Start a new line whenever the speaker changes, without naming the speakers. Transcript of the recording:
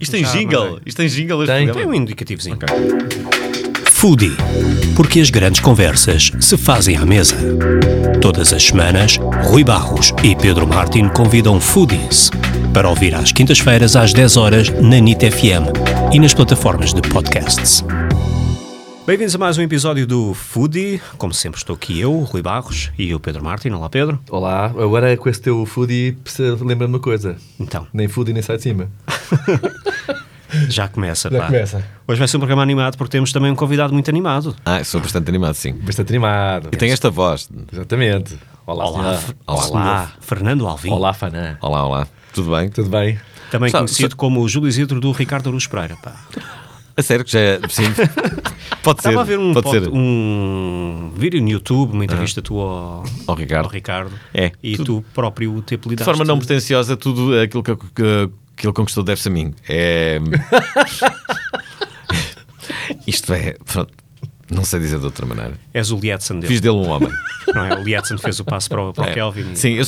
Isto tem jingle, isto tem jingle. este
Tem, tem
programa.
um indicativozinho.
Foodie, porque as grandes conversas se fazem à mesa. Todas as semanas, Rui Barros e Pedro Martin convidam foodies para ouvir às quintas-feiras às 10 horas na NIT FM e nas plataformas de podcasts. Bem-vindos a mais um episódio do Foodie. Como sempre estou aqui eu, Rui Barros e o Pedro Martin. Olá, Pedro.
Olá, agora com esse teu foodie precisa- lembra-me uma coisa.
Então,
Nem foodie nem sai de cima.
já começa,
Já
pá.
começa.
Hoje vai ser um programa animado porque temos também um convidado muito animado.
Ah, sou bastante animado, sim.
Bastante animado.
E tem esta voz.
Exatamente. Olá,
Olá,
senhora.
olá, Fernando Alvim.
Olá, Fanã.
Olá, olá. Tudo bem?
Tudo bem?
Também
Sabe,
conhecido como o Júlio Isidro do Ricardo Aruz Pereira, pá.
A sério que já é. Sim. Pode ser.
Estava a ver um,
pode
pod-
ser.
um vídeo no YouTube, uma entrevista tua ao,
Ao Ricardo.
ao Ricardo.
É.
E tu próprio te apelidaste.
De forma não pretenciosa, tudo aquilo que, que, que ele conquistou deve-se a mim. É. Isto é. Pronto. Não sei dizer de outra maneira.
És o Lietzen dele,
Fiz dele um homem.
não é? O Lietzen fez o passo para o, para o Kelvin.
Sim, eu sou